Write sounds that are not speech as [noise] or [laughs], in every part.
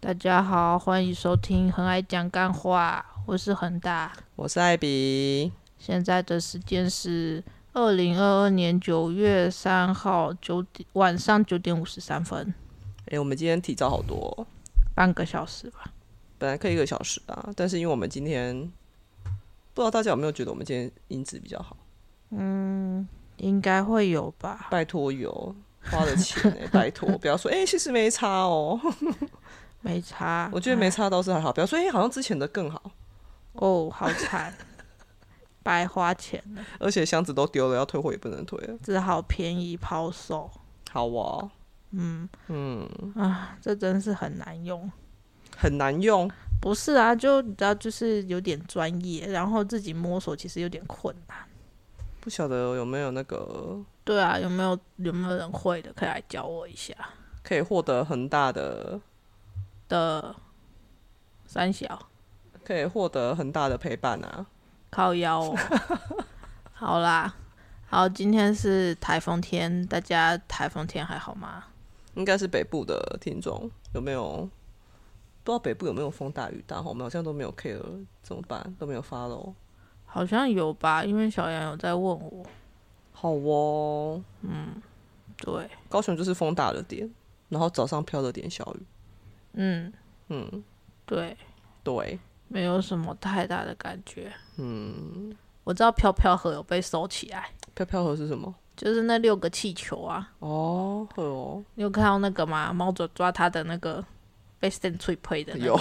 大家好，欢迎收听《很爱讲干话》，我是恒大。我是艾比。现在的时间是二零二二年九月三号九点晚上九点五十三分，哎、我们今天提早好多哦、半个小时吧。本来可以一个小时啊，但是因为我们今天不知道大家有没有觉得我们今天音质比较好，嗯，应该会有吧。拜托有花了钱哎、拜托不要说哎、其实没差哦，没差，我觉得没差倒是还好，不要说哎、好像之前的更好，哦，好惨， [laughs] 白花钱了，而且箱子都丢了，要退货也不能退了，只好便宜抛售。好哦，嗯嗯，啊，这真是很难用。很难用，不是啊，就你知道，就是有点专业，然后自己摸索其实有点困难。不晓得有没有那个对啊，有没有有没有人会的，可以来教我一下可以获得很大的。的三小可以获得很大的陪伴啊！靠腰 [laughs] 哦。好啦，好，今天是台风天，大家台风天还好吗？应该是北部的听众有没有？不知道北部有没有风大雨大？我们好像都没有 care，怎么办？都没有发喽。好像有吧，因为小杨有在问我。好哦，对，高雄就是风大了点，然后早上飘了点小雨。嗯，嗯，对，对，没有什么太大的感觉。嗯，我知道飘飘盒有被收起来，飘飘河是什么？就是那六个气球啊，哦，河哦，你有看到那个吗？猫爪抓它的那个被 stand 脆配的、那个，有，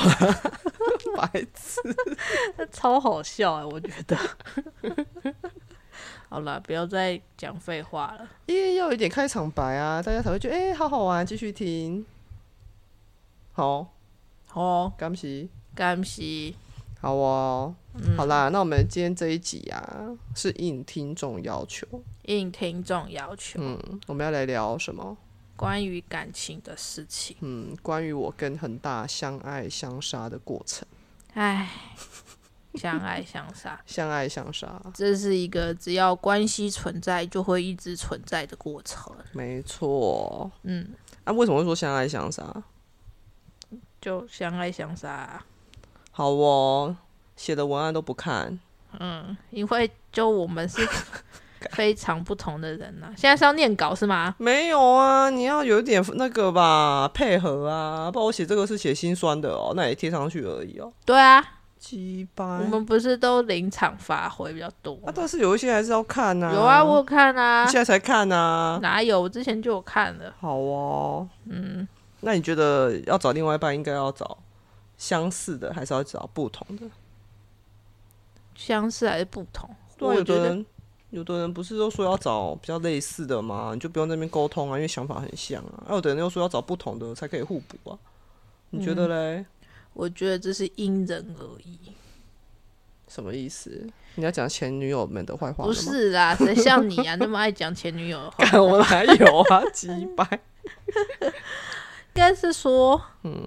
白痴，超好笑哎、我觉得。 [laughs] 好了，不要再讲废话了。因为要有一点开场白啊，大家才会觉得哎、好好玩，继续听。好，哦，感谢。干洗好哦，好啦，那我们今天这一集啊，是应听众要求，应听众要求，嗯，我们要来聊什么？关于感情的事情。嗯，关于我跟恒大相爱相杀的过程，唉，相爱相杀， [laughs] 相爱相杀，这是一个只要关系存在就会一直存在的过程。没错。嗯，啊，为什么会说相爱相杀？就相爱相杀啊、好哦，写的文案都不看，嗯，因为就我们 [laughs] 是非常不同的人呐、现在是要念稿是吗？没有啊，你要有一点那个吧，配合啊，不然我写这个是写心酸的哦，那也贴上去而已哦，对啊，鸡我巴。们不是都临场发挥比较多吗啊，但是有一些还是要看呐、有啊，我有看啊你，现在才看呐、哪有？我之前就有看了。好哦，嗯，那你觉得要找另外一半，应该要找相似的，还是要找不同的？相似还是不同？对啊，我有觉的得人，有的人不是都说要找比较类似的吗？你就不用在那边沟通啊，因为想法很像啊。啊有的人又说要找不同的才可以互补啊，你觉得嘞？我觉得这是因人而异。什么意思？你要讲前女友们的坏话了吗不？是啦，谁像你啊那么爱讲前女友的话？ [laughs] 干，我哪有啊，鸡掰！应该是说，嗯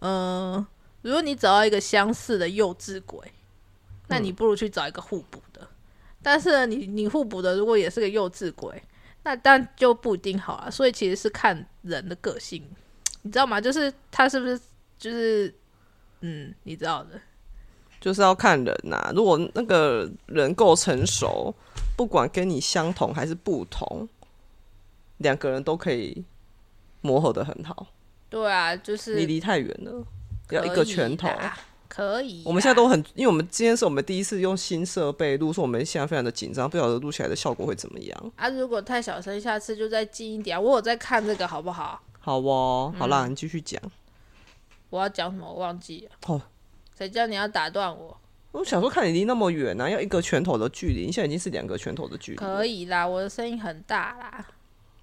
呃，如果你找到一个相似的幼稚鬼，那你不如去找一个互补的。但是呢，你你互补的如果也是个幼稚鬼，那但就不一定好啊。所以其实是看人的个性，你知道吗？就是他是不是就是嗯，你知道的。 [laughs] 就是要看人呐、如果那个人够成熟，不管跟你相同还是不同，两个人都可以磨合的很好。对啊，就是啊你离太远了，可要一个拳头以。啦，可以啦。我们现在都很，因为我们今天是我们第一次用新设备录，所以我们现在非常的紧张，不晓得录起来的效果会怎么样。啊，如果太小声，下次就再近一点啊。我有在看这个，好不好？好哦，好嗯啦，你继续讲。我要讲什么？我忘记了。哦，谁叫你要打断我？我想说，看你离那么远啊，要一个拳头的距离，你现在已经是两个拳头的距离了，可以啦，我的声音很大啦。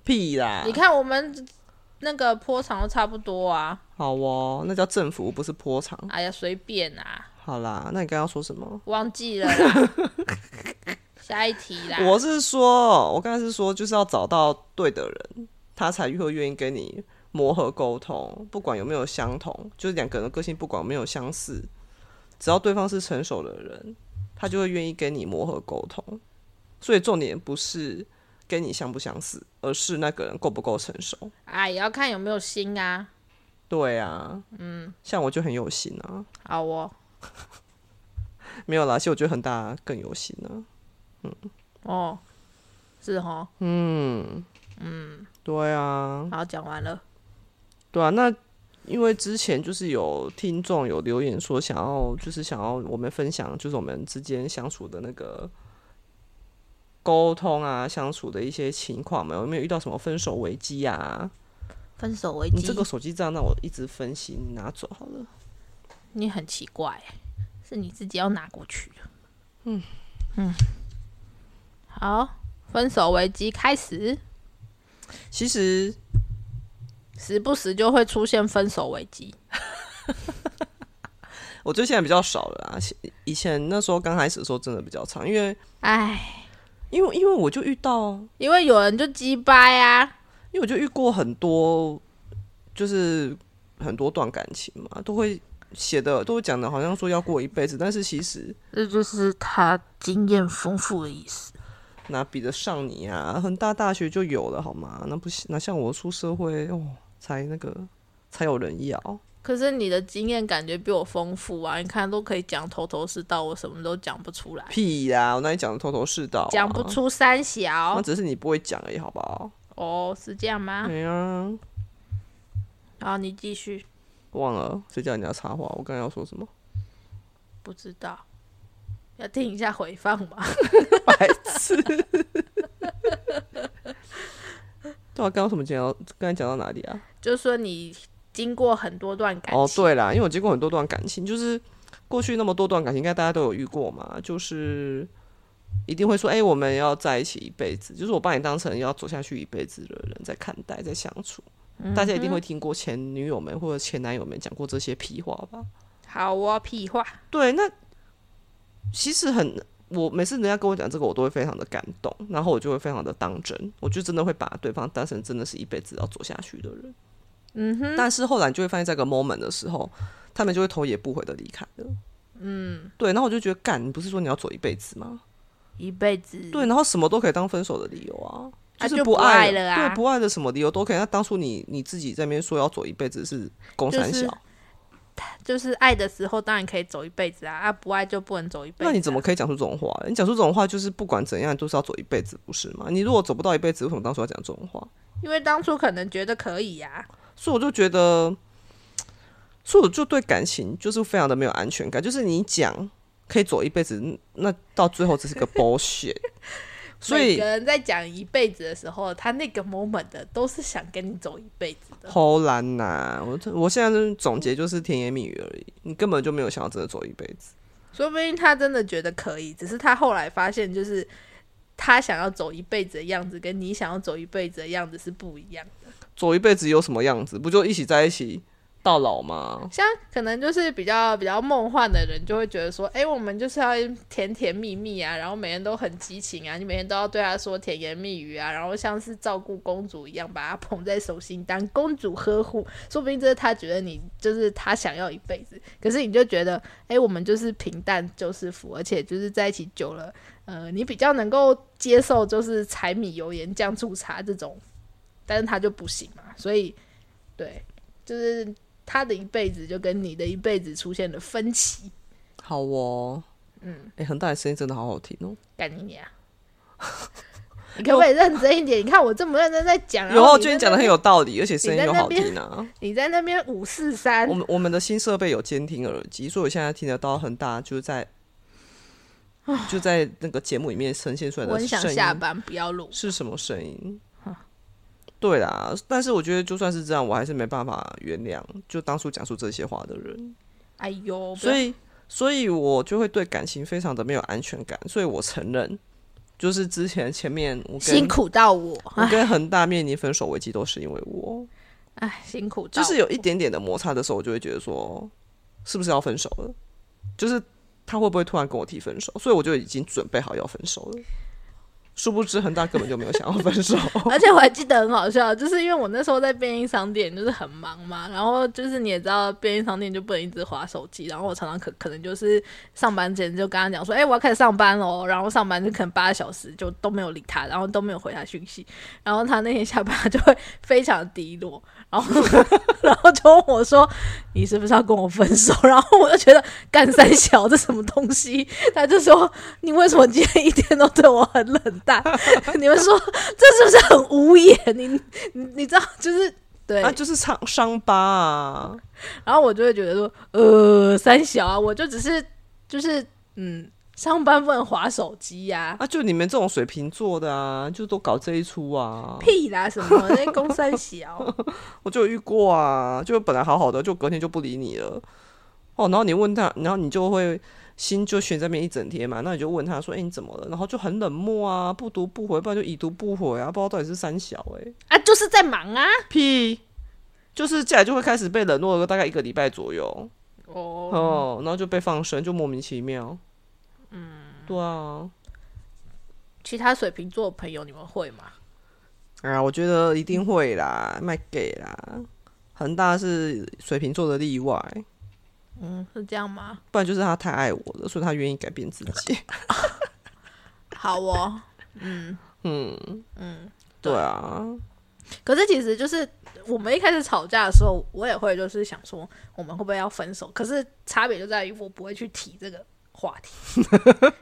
屁啦你！看我们那个坡长都差不多啊。好哦，那叫政府不是坡长。哎呀，随便啊，好啦，那你刚刚说什么？忘记了 [laughs] 啦。下一题啦。我是说，我刚才是说，就是要找到对的人，他才会愿意跟你磨合沟通，不管有没有相同，就是两个人的个性不管有没有相似，只要对方是成熟的人，他就会愿意跟你磨合沟通。所以重点不是跟你相不相似，而是那个人够不够成熟。哎，也要看有没有心啊。对啊，嗯，像我就很有心啊，好哦，没有啦，其实我觉得恒大更有心啊，哦，是哦，对啊，好，讲完了，对啊，那因为之前就是有听众有留言说想要，就是想要我们分享，就是我们之间相处的那个沟通啊，相处的一些情况嘛，有没有遇到什么分手危机啊？分手危你机，这个手机这样让我一直分析，你拿走好了。你很奇怪欸，是你自己要拿过去的。嗯嗯，好，分手危机开始，其实时不时就会出现分手危机。我觉得现在比较少了啊，以以前那时候刚开始的时候真的比较长，因为唉，因为因为我就遇到，因为有人就鸡掰啊，因为我就遇过很多，就是很多段感情嘛，都会写的，都会讲的，好像说要过一辈子，但是其实这就是他经验丰富的意思。哪比得上你啊？恒大大学就有了好吗？那不行，那像我出社会哦，才那个才有人要。可是你的经验感觉比我丰富啊！你看都可以讲头头是道，我什么都讲不出来，屁呀、我那里讲的头头是道、啊讲不，出三小那。只是你不会讲而已，好不好？哦，是这样吗？哎呀，好，你继续。忘了，谁叫人家插话？我刚才要说什么？ [laughs] 不知道，要听一下回放吗？白痴。 [laughs] 对啊，刚刚什么讲到？刚才讲到哪里啊？ [laughs] 就说你经过很多段感情，哦，对啦，因为我经过很多段感情，就是过去那么多段感情，应该大家都有遇过嘛，就是一定会说，哎、我们要在一起一辈子，就是我把你当成要走下去一辈子的人在看待，在相处。嗯大家一定会听过前女友们或者前男友们讲过这些屁话吧？好哦，屁话，对，那其实很，我每次人家跟我讲这个，我都会非常的感动，然后我就会非常的当真，我就真的会把对方当成真的是一辈子要走下去的人。嗯哼，但是后来你就会发现，在个 moment 的时候，他们就会头也不回的离开了。嗯，对。然后我就觉得，干，你不是说你要走一辈子吗？一辈子，对，然后什么都可以当分手的理由啊，啊是就不不爱了啊对，不爱的什么理由都可以。那当初你你自己在那边说要走一辈子是公就三是小，就是爱的时候当然可以走一辈子啊，啊不爱就不能走一辈子啊、那你怎么可以讲出这种话呢？你讲出这种话，就是不管怎样都是要走一辈子，不是吗？你如果走不到一辈子，为什么当初要讲这种话？因为当初可能觉得可以啊呀、所以我就觉得，所以我就对感情就是非常的没有安全感。就是你讲可以走一辈子，那到最后 [laughs] 只是个 bullshit。所每以个人在讲一辈子的时候，他那个 moment 的都是想跟你走一辈子的。偷懒呐，我这我现在就是总结就是甜言蜜语而已，你根本就没有想要真的走一辈子。说不定他真的觉得可以，只是他后来发现，就是他想要走一辈子的样子，跟你想要走一辈子的样子是不一样的。走一辈子有什么样子？不就一起在一起到老吗？像可能就是比较比较梦幻的人，就会觉得说，哎、我们就是要甜甜蜜蜜啊，然后每天都很激情啊，你每天都要对他说甜言蜜语啊，然后像是照顾公主一样，把她捧在手心当公主呵护。说不定这是他觉得你就是他想要一辈子，可是你就觉得，哎、我们就是平淡就是福，而且就是在一起久了，呃，你比较能够接受就是柴米油盐酱醋茶这种，但是他就不行嘛，所以对，就是他的一辈子就跟你的一辈子出现了分歧，好哦，嗯，哎、恒大的声音真的好好听哦。干你 [laughs] 娘！你可不可以认真一点？你看我这么认真在讲，然有啊，后我你觉在得你讲的那很有道理，而且声音你在又那好边听 [laughs] 啊。你在那边五四三我，们我们的新设备有监听耳机，所以我现在听得到恒大就是在就在那个节目里面呈现出来我的很想声下音班不要录。是什么声音？对啦，但是我觉得就算是这样，我还是没办法原谅就当初讲出这些话的人，哎呦，不要所以所以我就会对感情非常的没有安全感，所以我承认，就是之前前面我辛跟苦到我，我跟恒大面临分手危机都是因为我，哎，辛苦到就我是有一点点的摩擦的时候，我就会觉得说，是不是要分手了？就是他会不会突然跟我提分手？所以我就已经准备好要分手了。殊不知恒大根本就没有想要分手。而且我还记得很好笑，就是因为我那时候在便利商店就是很忙嘛，然后就是你也知道便利商店就不能一直划手机，然后我常常可可能就是上班前就跟他讲说，哎、我要开始上班喽，然后上班就可能八个小时就都没有理他，然后都没有回他讯息，然后他那天下班 [laughs] 他就会非常低落，然后 [laughs] 然后就问我说，你是不是要跟我分手？ [laughs] 然后我就觉得干三小这什么东西， [laughs] 他就说你为什么今天一天都对我很冷淡？ [laughs] 你们说这是不是很无言？你你你知道，就是 [laughs] 对，啊，就是伤伤疤啊，然后我就会觉得说，呃，三小啊，我就只是就是嗯，上班不能划手机呀、啊，就你们这种水瓶座的啊，就都搞这一出啊。屁啦什 [laughs] 么那公三小，我就有遇过啊，就本来好好的，就隔天就不理你了。哦，然后你问他，然后你就会心就悬在那边一整天嘛。那你就问他说：“哎、你怎么了？”然后就很冷漠啊，不读不回，不然就已读不回啊，不知道到底是三小哎、啊，就是在忙啊， [laughs] 屁，就是接下来就会开始被冷落了，大概一个礼拜左右哦，哦，然后就被放生，就莫名其妙。嗯，对啊，其他水瓶座的朋友你们会吗？啊，我觉得一定会啦，卖给啦。恒大是水瓶座的例外，嗯，是这样吗？不然就是他太爱我了，所以他愿意改变自 [laughs] 己。好哦，对对啊，可是其实就是我们一开始吵架的时候，我也会就是想说我们会不会要分手，可是差别就在于我不会去提这个话题，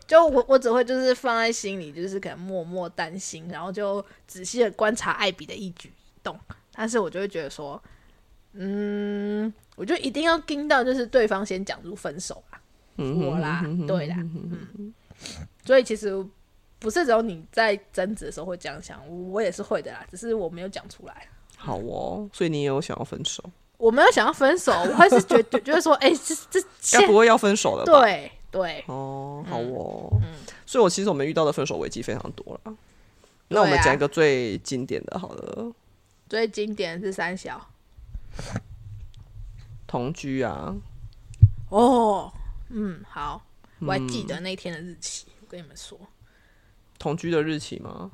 就我我只会就是放在心里，就是可能默默担心，然后就仔细的观察艾比的一举一动，但是我就会觉得说，嗯，我就一定要盯到就是对方先讲出分手啊啦，我嗯啦，对啦，嗯，所以其实。不是只有你在争执的时候会这样想，我也是会的啦，只是我没有讲出来。好哦，所以你也有想要分 [laughs] 手？我没有想要分手，我还是觉得觉得说，哎、这这 [laughs] 该现不会要分手了吧？对对，嗯哦，好哦，所以我其实我们遇到的分手危机非常多了。那我们对啊讲一个最经典的，好了，最经典的是三小同居啊，哦，嗯，好，我还记得那天的日期，我跟你们说，同居的日期吗？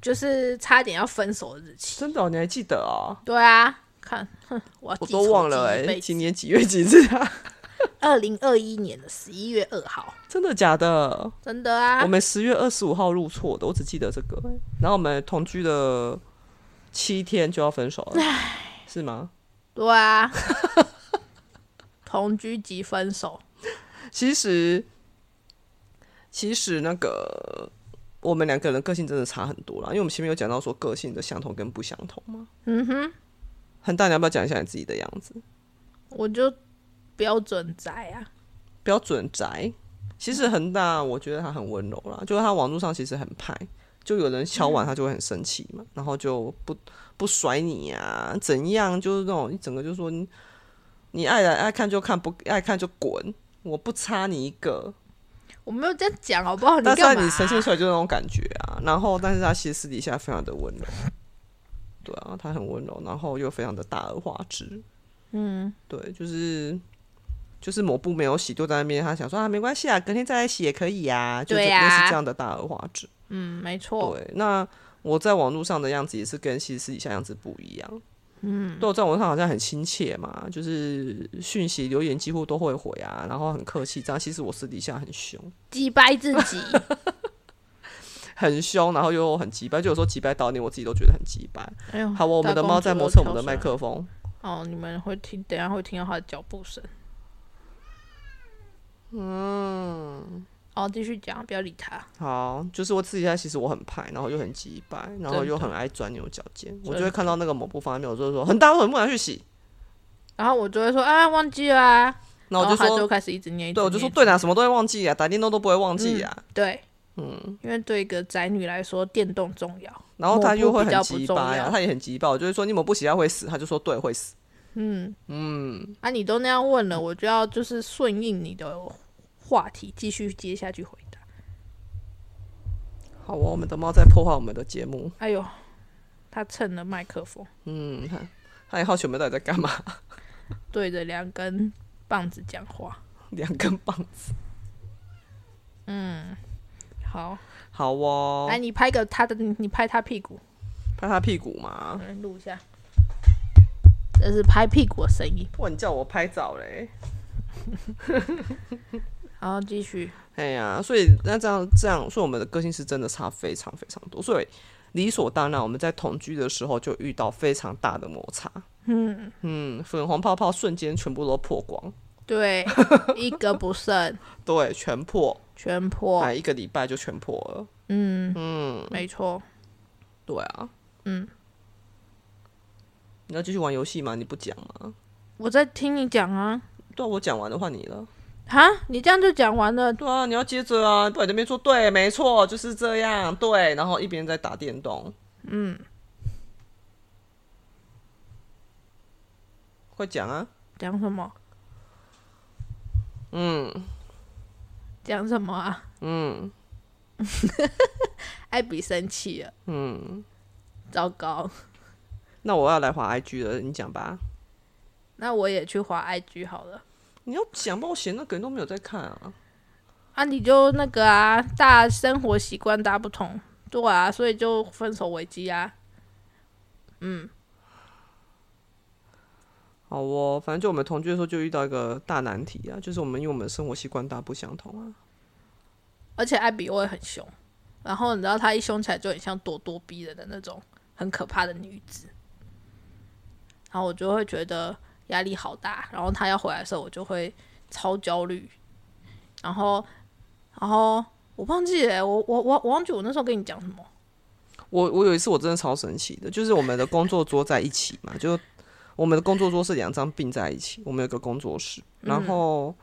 就是差点要分手的日期。真的哦、你还记得啊？对啊，看，哼，我要我记都忘了哎、今年几月几日啊？ [laughs] 二零二一年的十一月二号，真的假的？真的啊嗯我，们十月二十五号入错的，我只记得这个。然后我们同居的七天就要分手了，是吗？对啊， [laughs] 同居即分手，其实，其实那个我们两个人个性真的差很多啦，因为我们前面有讲到说个性的相同跟不相同嘛。嗯哼，恒大，你要不要讲一下你自己的样子？我就标准宅啊，标准宅。其实恒大，我觉得他很温柔啦，就是他网络上其实很派，就有人敲碗他就会很生气嘛，然后就不不甩你呀、怎样？就是那种一整个就说你你爱来爱看就看，不爱看就滚，我不差你一个。我没有这样讲好不好？你但是他干嘛、啊你呈现出来就是那种感觉啊，然后但是他其实私底下非常的温柔，对啊，他很温柔，然后又非常的大而化之，嗯，对，就是就是抹布没有洗丢在那边，他想说啊没关系啊，隔天再来洗也可以啊，就对类啊似这样的大而化之，嗯，没错，对，那我在网络上的样子也是跟其实私底下样子不一样。嗯，对，我在网络上好像很亲切嘛，就是讯息留言几乎都会回啊，然后很客气，这样其实我私底下很凶。击败自 [laughs] 己。很凶，然后又很急掰，就有时候急掰到你，我自己都觉得很急掰。哎呦，好，我们的大公猫主在都磨蹭我们的跳麦出来了。克风，哦，你们会听，等一下会听到它的脚步声。嗯，哦，继续讲，不要理它。好，就是我自己在，其实我很派，然后又很急掰，然后又很爱钻牛角尖，我就会看到那个抹布放在那边，我就会说很大，我很不想去洗，然后我就会说啊，忘记了啊。然后我就它说，就开始一直念，一直对，我就说念对啦，什么都会忘记啊，打电动都不会忘记啊，对，嗯，因为对一个宅女来说，电动重要。然后他又抹会布比较很不急重掰啊，要他也很急掰，我就会说你抹布洗它会死，他就说对会死，啊，你都那样问了，我就要就是顺应你的话题继续接下去回答。好哦，我们的猫在破坏我们的节目，哎呦，它蹭了麦克风，嗯，它它也好奇我们到底在干嘛，对着两根棒子讲话。两根棒子，好，好哦来，你拍个他的，你拍他屁股，拍他屁股嘛。来录一下。这是拍屁股的声音。哇，你叫我拍照嘞？然后继续，哎呀，所以那这样这样，所以我们的个性是真的差非常非常多，所以理所当然我们在同居的时候就遇到非常大的摩擦。嗯嗯，粉红泡泡瞬间全部都破光，对，一个不剩，对，全破，全破。哎，一个礼拜就全破了。嗯嗯，没错。对啊，嗯，你要继续玩游戏吗？你不讲吗？我在听你讲啊，对啊，我讲完的话你了。哈，你这样就讲完了。对啊，你要接着啊，不然那边说对，没错，就是这样，对，然后一边在打电动，嗯，快讲啊，讲什么？嗯，讲什么啊？嗯， [laughs] 艾比生气了。嗯，糟糕，那我要来滑 IG 了，你讲吧，那我也去滑 IG 好了。你要讲吧，我写那个人都没有在看啊，啊，你就那个啊，大家生活习惯大不同，对啊，所以就分手危机啊。好哦，反正就我们同居的时候就遇到一个大难题啊，就是我们因为我们的生活习惯大不相同啊，而且艾比会很凶，然后你知道她一凶起来就很像咄咄逼人的那种很可怕的女子，然后我就会觉得压力好大，然后她要回来的时候我就会超焦虑，然后，然后我忘记了，我我我我忘记我那时候跟你讲什么，我我有一次我真的超神奇的，就是我们的工作桌在一起嘛，就我们的工作桌是两张并在一起，我们有个工作室，嗯然后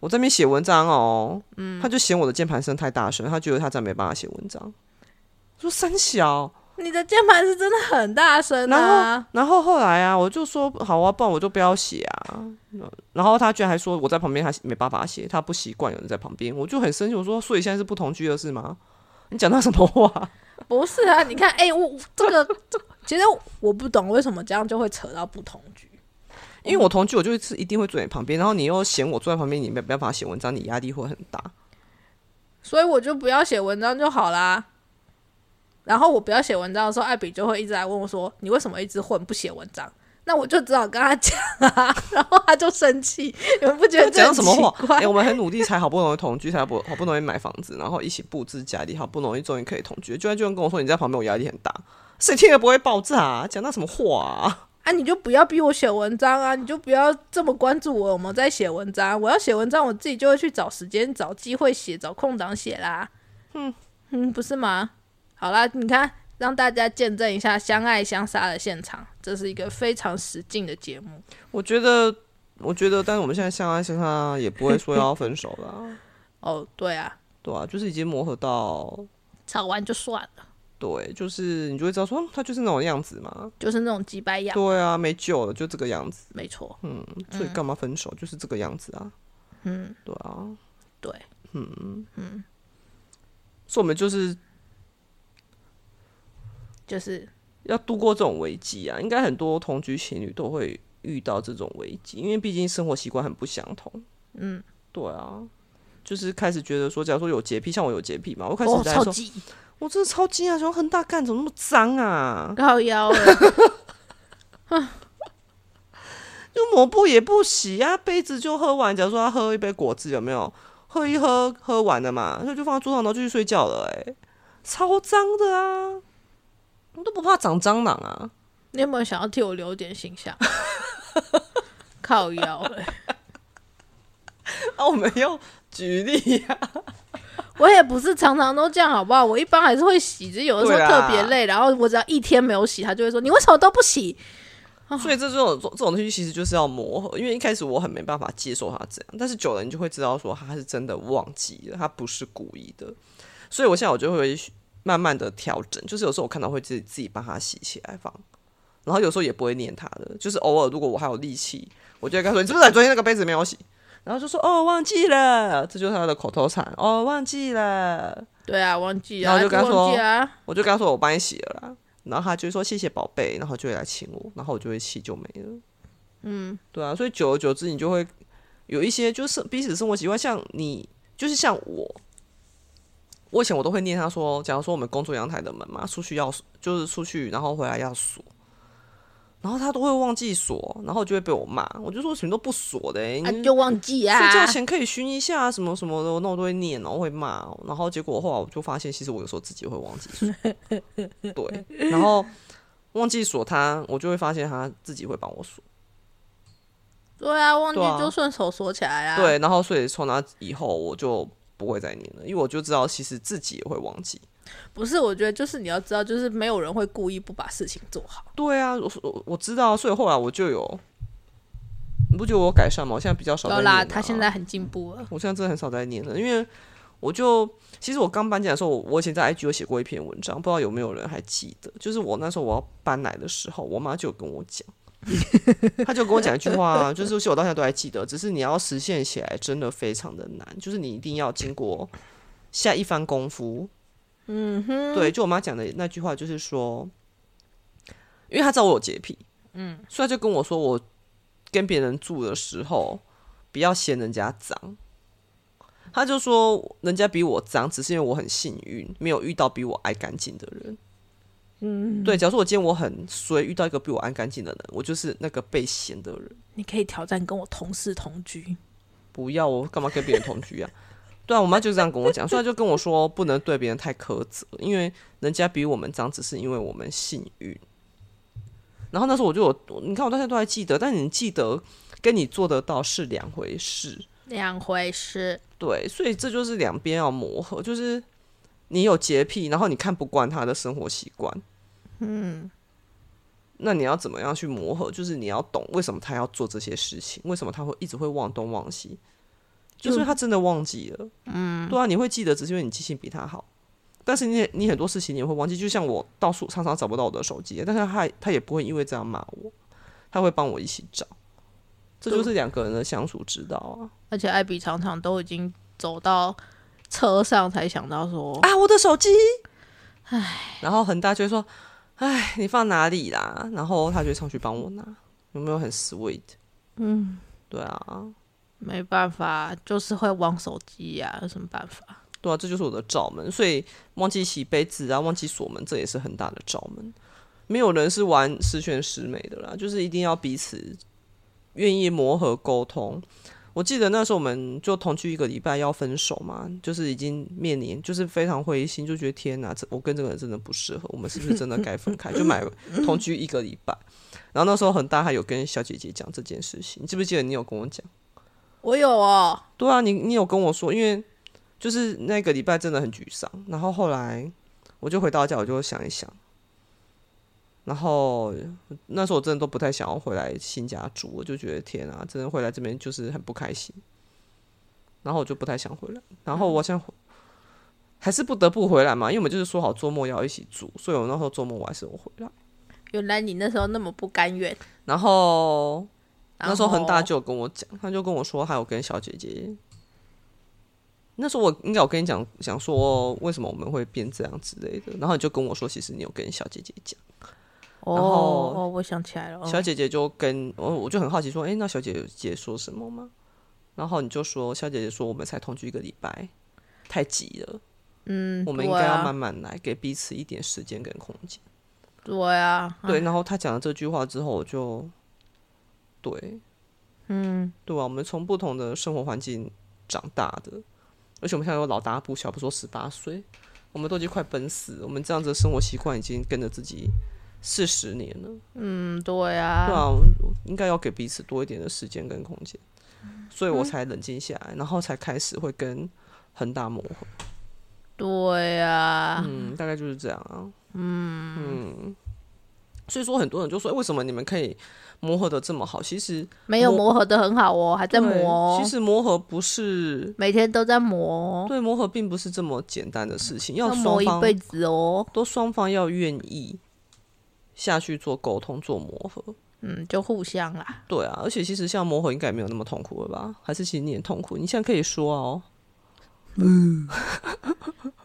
我这边写文章哦，嗯他就嫌我的键盘声太大声，他觉得他这样没办法写文章。我说三小，你的键盘是真的很大声啊，然后后来啊，我就说好啊，不然我就不要写啊。然后他居然还说我在旁边，他没办法写，他不习惯有人在旁边，我就很生气，我说所以现在是不同居了是吗？你讲到什么话？不是啊，你看，哎、我这个其实我不懂为什么这样就会扯到不同局，因为我同居，我就是一定会坐你旁边，然后你又嫌我坐在旁边，你没办法写文章，你压力会很大。所以我就不要写文章就好啦。然后我不要写文章的时候，艾比就会一直来问我说：“你为什么一直混不写文章？”那我就只好跟他讲啊， [laughs] 然后他就生气。你们不觉 [laughs] 得这讲很什么奇话？怪哎、我们很努力才好不容易同居，才不好不容易买房子，然后一起布置家里，好不容易终于可以同居，居然居然跟我说你在旁边，我压力很大，谁听了不会爆炸、啊？讲那什么话、啊？啊，你就不要逼我写文章啊，你就不要这么关注我有没有在写文章。啊我要写文章，我自己就会去找时间、找机会写、找空档写啦。嗯嗯，不是吗？好啦，你看，让大家见证一下相爱相杀的现场，这是一个非常实劲的节目。我觉得，我觉得，但是我们现在相爱相杀也不会说要分手啦，哦，对啊，对啊，就是已经磨合到，吵完就算了，对，就是你就会知道说，嗯他就是那种样子嘛，就是那种几百样，对啊，没救了，就这个样子。没错。嗯，所以干嘛分手？就是这个样子啊。嗯，对啊，对，所以我们就是就是要度过这种危机啊。应该很多同居情侣都会遇到这种危机，因为毕竟生活习惯很不相同。嗯，对啊，就是开始觉得说，假如说有洁癖，像我有洁癖嘛，我开始哦，在超说，级我真的超惊讶，说恒大干怎么那么脏啊？高腰了， [laughs] 就抹布也不洗啊，杯子就喝完。假如说他喝一杯果汁，有没有？喝一喝，喝完了嘛，那就放在桌上，然后就去睡觉了、哎，超脏的啊！我都不怕长蟑螂啊！ [laughs] 你有没有想要替我留点形象？ [laughs] 靠腰了，啊，我们要举例啊，我也不是常常都这样，好不好？我一般还是会洗，只是有的时候对啊啦特别累，然后我只要一天没有洗，他就会说你为什么都不洗？所以这种这种东西其实就是要磨合，因为一开始我很没办法接受他这样，但是久了你就会知道说他是真的忘记了，他不是故意的。所以我现在我就会慢慢的调整，就是有时候我看到会自己自己帮他洗起来放，然后有时候也不会念他的，就是偶尔如果我还有力气，我就会跟他说：“你是不是昨天那个杯子没有洗？”然后就说：“哦，忘记了。”这就是他的口头禅：“哦，忘记了。对啊，忘记然啊，后就跟他说忘记啊，”我就跟他说：“我帮你洗了啦。”然后他就说：“谢谢宝贝。”然后就会来亲我，然后我就会气就没了。嗯，对啊，所以久而久之，你就会有一些就是彼此生活习惯，像你就是像我，我以前我都会念他说，假如说我们工作阳台的门嘛，出去要就是出去，然后回来要锁，然后他都会忘记锁，然后就会被我骂。我就说什么都不锁的、欸，啊，你就忘记啊，睡觉前可以熏一下啊什么什么的，哦那我都会念，然后会骂，然后结果后来我就发现，其实我有时候自己会忘记 [laughs] 锁，对，然后忘记锁它，我就会发现它自己会帮我锁，对啊，忘记对啊就顺手锁起来啊。对，然后所以从那以后我就不会再念了，因为我就知道其实自己也会忘记。不是，我觉得就是你要知道，就是没有人会故意不把事情做好。对啊，我我我知道，所以后来我就有，你不觉得我有改善吗？我现在比较少在有念、啊。啦，他现在很进步了。我现在真的很少在念了，因为我就其实我刚搬进来的时候，我我以前在 IG 有写过一篇文章，不知道有没有人还记得？就是我那时候我要搬来的时候，我妈就有跟我讲， [laughs] 她就跟我讲一句话、啊，就是其实我到现在都还记得，只是你要实现起来真的非常的难，就是你一定要经过下一番功夫。嗯哼，对，就我妈讲的那句话就是说，因为她知道我有洁癖，嗯，所以她就跟我说，我跟别人住的时候不要嫌人家脏。他就说人家比我脏，只是因为我很幸运，没有遇到比我爱干净的人。嗯，对。假如说我今天我很衰，遇到一个比我爱干净的人，我就是那个被嫌的人。你可以挑战跟我同事同居，不要我干嘛跟别人同居啊？ [laughs] 对啊，我妈就这样跟我讲，所以她就跟我说不能对别人太苛责，因为人家比我们脏，只是因为我们幸运。然后那时候我就有，你看我到现在都还记得，但你记得跟你做得到是两回事。两回事。对，所以这就是两边要磨合，就是你有洁癖，然后你看不惯他的生活习惯，嗯，那你要怎么样去磨合？就是你要懂为什么他要做这些事情，为什么他会一直会忘东忘西，就是因为他真的忘记了，嗯，对啊，你会记得，只是因为你记性比他好。但是你你很多事情你也会忘记，就像我到处常常找不到我的手机，但是他他也不会因为这样骂我，他会帮我一起找，这就是两个人的相处之道啊。而且艾比常常都已经走到车上才想到说，啊，我的手机，唉，然后恒大就会说，唉，你放哪里啦？然后他就会上去帮我拿，有没有很 sweet？嗯，对啊，没办法，就是会忘手机呀、有什么办法？对啊，这就是我的罩门，所以忘记洗杯子啊，忘记锁门，这也是很大的罩门。没有人是玩十全十美的啦，就是一定要彼此愿意磨合沟通。我记得那时候我们就同居一个礼拜要分手嘛，就是已经面临就是非常灰心，就觉得天哪，这我跟这个人真的不适合，我们是不是真的该分开？就买同居一个礼拜，然后那时候恒大还有跟小姐姐讲这件事情，你记不记得你有跟我讲？我有哦，对啊，你你有跟我说，因为就是那个礼拜真的很沮丧，然后后来我就回到家，我就想一想，然后那时候我真的都不太想要回来新家住，我就觉得天啊，真的回来这边就是很不开心，然后我就不太想回来，然后我想。还是不得不回来嘛，因为我们就是说好周末要一起住，所以我那时候周末我还是有回来。原来你那时候那么不甘愿。然后然那时候恒大后就有跟我讲，他就跟我说，还有跟小姐姐。那时候我应该有跟你讲，讲说为什么我们会变这样之类的，然后你就跟我说，其实你有跟小姐姐讲，哦然后哦，我想起来了，小姐姐就跟我我就很好奇说，诶，那小姐姐说什么吗？然后你就说，小姐姐说我们才同居一个礼拜，太急了，嗯，我们应该要慢慢慢来，给彼此一点时间跟空间。对啊，对，然后他讲了这句话之后，我就对，嗯，对啊，我们从不同的生活环境长大的，而且我们现在有老大不小，不说十八岁，我们都已经快奔死了，我们这样子的生活习惯已经跟着自己四十年了，嗯，对对啊，啊，应该要给彼此多一点的时间跟空间，所以我才冷静下来，然后才开始会跟恒大磨合，对啊，嗯，大概就是这样啊。嗯所以说很多人就说，哎为什么你们可以磨合的这么好？其实没有磨磨合的很好哦，还在对磨哦，其实磨合不是每天都在磨哦，对磨合，并不是这么简单的事情，要要双磨一方辈子哦，都双方要愿意下去做沟通、做磨合。嗯，就互相啦，对啊，而且其实像磨合应该也没有那么痛苦了吧？还是其实你很痛苦？你现在可以说哦，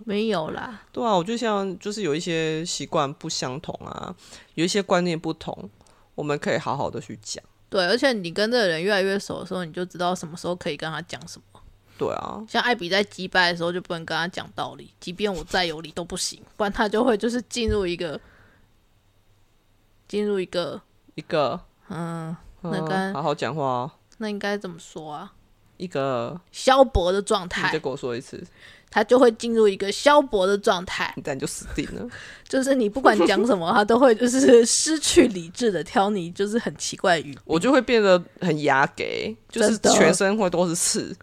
没有啦，对啊，我就像就是有一些习惯不相同啊，有一些观念不同，我们可以好好的去讲。对，而且你跟这个人越来越熟的时候，你就知道什么时候可以跟他讲什么。对啊，像艾比在击败的时候就不能跟他讲道理，即便我再有理都不行，不然他就会就是进入一个进入一个一个嗯，那嗯跟好好讲话哦，那应该怎么说啊？一个消薄的状你再态，跟我说一次，他就会进入一个消薄的状态，你但就死定了。 [laughs] 就是你不管讲什么，他都会就是 [laughs] 失去理智的挑你，就是很奇怪的语。我就会变得很牙给，就是真的全身会都是刺。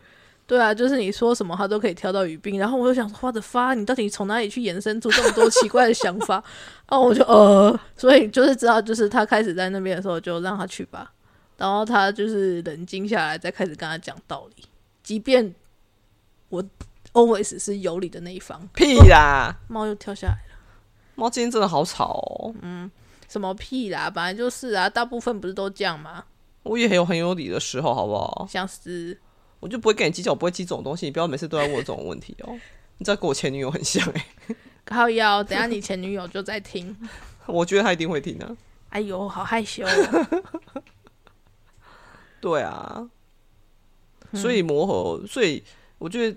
对啊，就是你说什么他都可以挑到语病，然后我就想说，我的发，你到底从哪里去延伸出这么多奇怪的想 [laughs] 法？然后我就呃，所以就是知道，就是他开始在那边的时候，就让他去吧，然后他就是冷静下来，再开始跟他讲道理，即便我 always 是有理的那一方，屁啦！猫又跳下来了，猫今天真的好吵哦，什么屁啦，本来就是啊，大部分不是都这样吗？我也很有很有理的时候，好不好？像是我就不会跟你计较，我不会记这种东西，你不要每次都在问我这种问题哦。你这跟我前女友很像哎、靠腰，等一下你前女友就在 [laughs] 听，我觉得她一定会听的、啊。哎呦，好害羞、哦，对啊，所以磨合，所以我觉得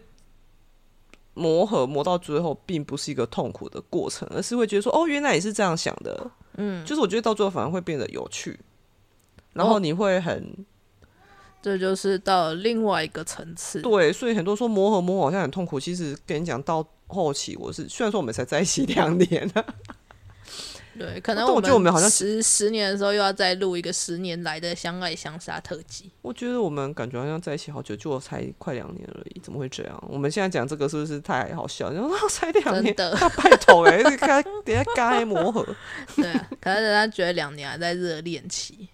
磨合磨到最后，并不是一个痛苦的过程，而是会觉得说，哦，原来你是这样想的，嗯，就是我觉得到最后反而会变得有趣，然后哦你会很、这就是到了另外一个层次。对，所以很多说磨合磨合好像很痛苦，其实跟你讲到后期，我是虽然说我们才在一起两年啊，对，可能但我觉得我们好像十十年的时候又要再录一个十年来的相爱相杀特 [laughs] 辑。我觉得我们感觉好像在一起好久，就才快两年而已，怎么会这样？我们现在讲这个是不是太好笑？然后啊才两真年，的那拜托哎、欸，该等下该磨合。对啊，可是人家觉得两年还在热恋期，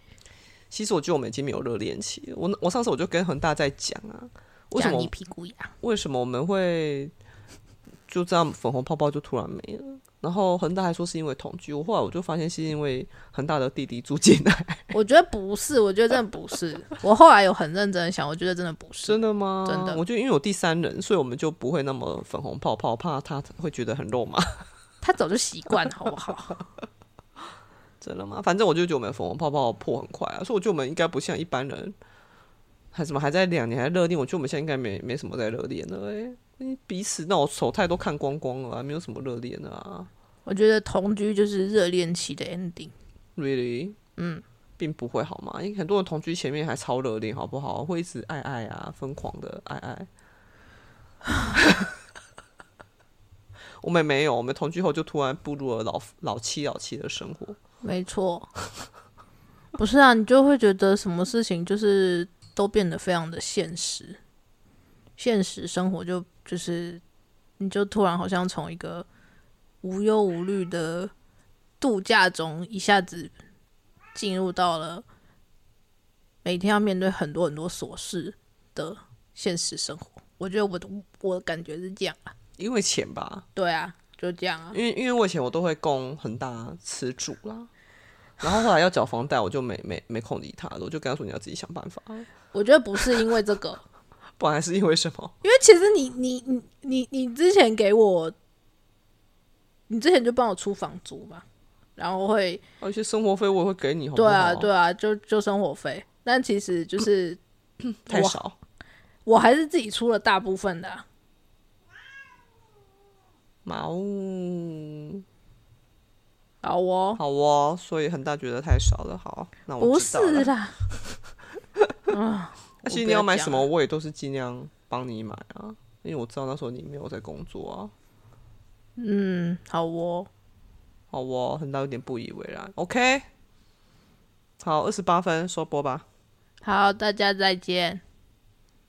其实我觉得我们已经没有热恋期了。我我上次我就跟恒大在讲啊，为什讲你么屁股痒？为什么我们会就这样粉红泡泡就突然没了？然后恒大还说是因为同居，我后来我就发现是因为恒大的弟弟住进来， [laughs] 我觉得不是，我觉得真的不是。 [laughs] 我后来有很认真的想，我觉得真的不是。真的吗？真的我觉得因为有第三人，所以我们就不会那么粉红泡泡，怕他会觉得很肉麻。他早就习惯了，好不好？真的吗？反正我就觉得我们粉红泡泡破很快啊，所以我觉得我们应该不像一般人，还什么还在两年还热恋，我觉得我们现在应该没没什么在热恋了哎、因为彼此那种手态都看光光了、啊，没有什么热恋的啊我觉得同居就是热恋期的 ending。 ，really，嗯，并不会好吗？因为很多人同居前面还超热恋，好不好？会一直爱爱啊，疯狂的爱爱。 [laughs] 我们没有，我们同居后就突然步入了老老妻老妻的生活。没错，不是啊，你就会觉得什么事情就是都变得非常的现实，现实生活就就是，你就突然好像从一个无忧无虑的度假中，一下子进入到了每天要面对很多很多琐事的现实生活。我觉得我的我的感觉是这样啊，因为钱吧，对啊，就这样啊，因为因为我以前我都会供恒大吃住啦，然后后来要缴房贷，我就没没没空理他了，我就跟他说你要自己想办法，我觉得不是因为这个。不然是因为什么？因为其实你你你你你之前给我，你之前就帮我出房租嘛，然后会而且哦生活费我也会给你，好不对哦好啊对啊，就就生活费，但其实就是太我少，我还是自己出了大部分的啊、毛好哦，好哦，所以恒大觉得太少了，好，那我不知道了是啦，啊，而且我你不要要买讲什么，我也都是尽量帮你买啊，因为我知道那时候你没有在工作啊。嗯，好哦，好哦，恒大有点不以为然。OK，好，二十八分收播吧。好，大家再见，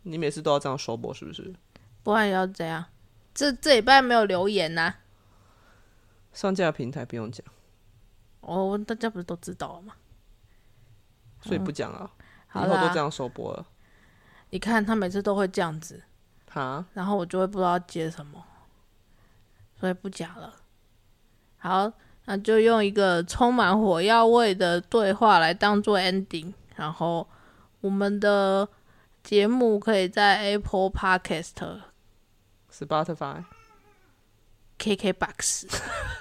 你每次都要这样收播是不是？不然要怎样？这这礼拜没有留言啊呐、上架平台不用讲，哦，大家不是都知道了吗？所以不讲了。嗯好以后都啦，这样收播了。你看他每次都会这样子，哈，然后我就会不知道接什么，所以不讲了。好，那就用一个充满火药味的对话来当做 ending。然后我们的节目可以在 Apple Podcast、 Spotify KKBox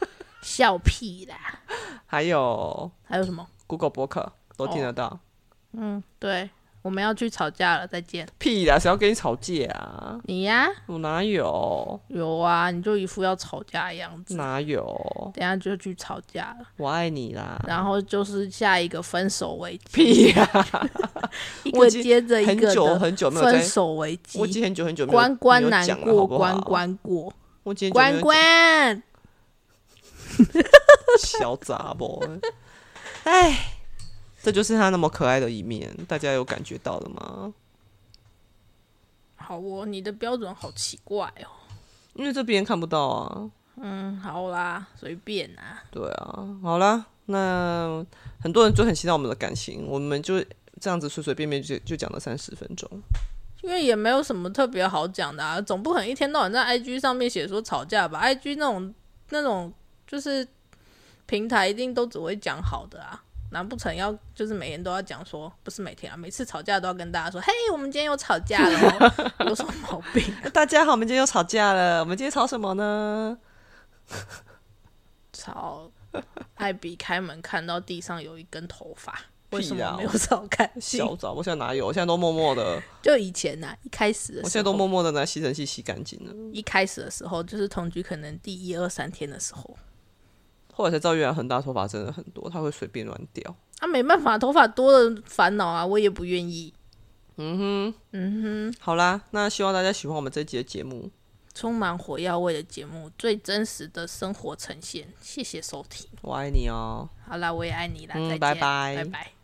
[laughs] 笑屁啦，还有还有什么？哦 Google 博客都听得到。对，我们要去吵架了，再见。屁啦，谁要跟你吵架啊？你呀、我哪有有啊，你就一副要吵架的样子，哪有？等一下就去吵架了，我爱你啦！然后就是下一个分手危机，屁呀、 [laughs] 一我个已经接着一很个久的很久没有分在，手危机我已，经很久很久没有关关没有难讲了过好不好关，关过，我今天关关。小杂包，哎，这就是他那么可爱的一面，大家有感觉到了吗？好哦，你的标准好奇怪哦。因为这边看不到啊，嗯，好啦，随便啊。对啊，好啦，那很多人就很期待我们的感情，我们就这样子随随便便就就讲了三十分 [laughs] 钟。因为也没有什么特别好讲的啊，总不可能一天到晚在 IG 上面写说吵架吧？IG 那种那种就是平台一定都只会讲好的啊，难不成要就是每天都要讲说不是每天啊，每次吵架都要跟大家说，嘿，我们今天又吵架了哦， [laughs] 有什么毛病啊、大家好，我们今天又吵架了，我们今天吵什么呢？吵艾比开门看到地上有一根头发，为什屁啊么没有少看清？小澡，我现在哪有？我现在都默默 [laughs] 的， [laughs] 就以前呐、啊，一开始的时候，我现在都默默的拿吸尘器吸干净了。一开始的时候，就是同居可能第一二三天的时候，后来才知道，原来恒大头发真的很多，他会随便乱掉。啊，没办法，头发多的烦恼啊，我也不愿意。好啦，那希望大家喜欢我们这集的节目。充满火药味的节目，最真实的生活呈现。谢谢收听，我爱你哦。好啦，我也爱你啦，嗯再见，拜拜拜拜。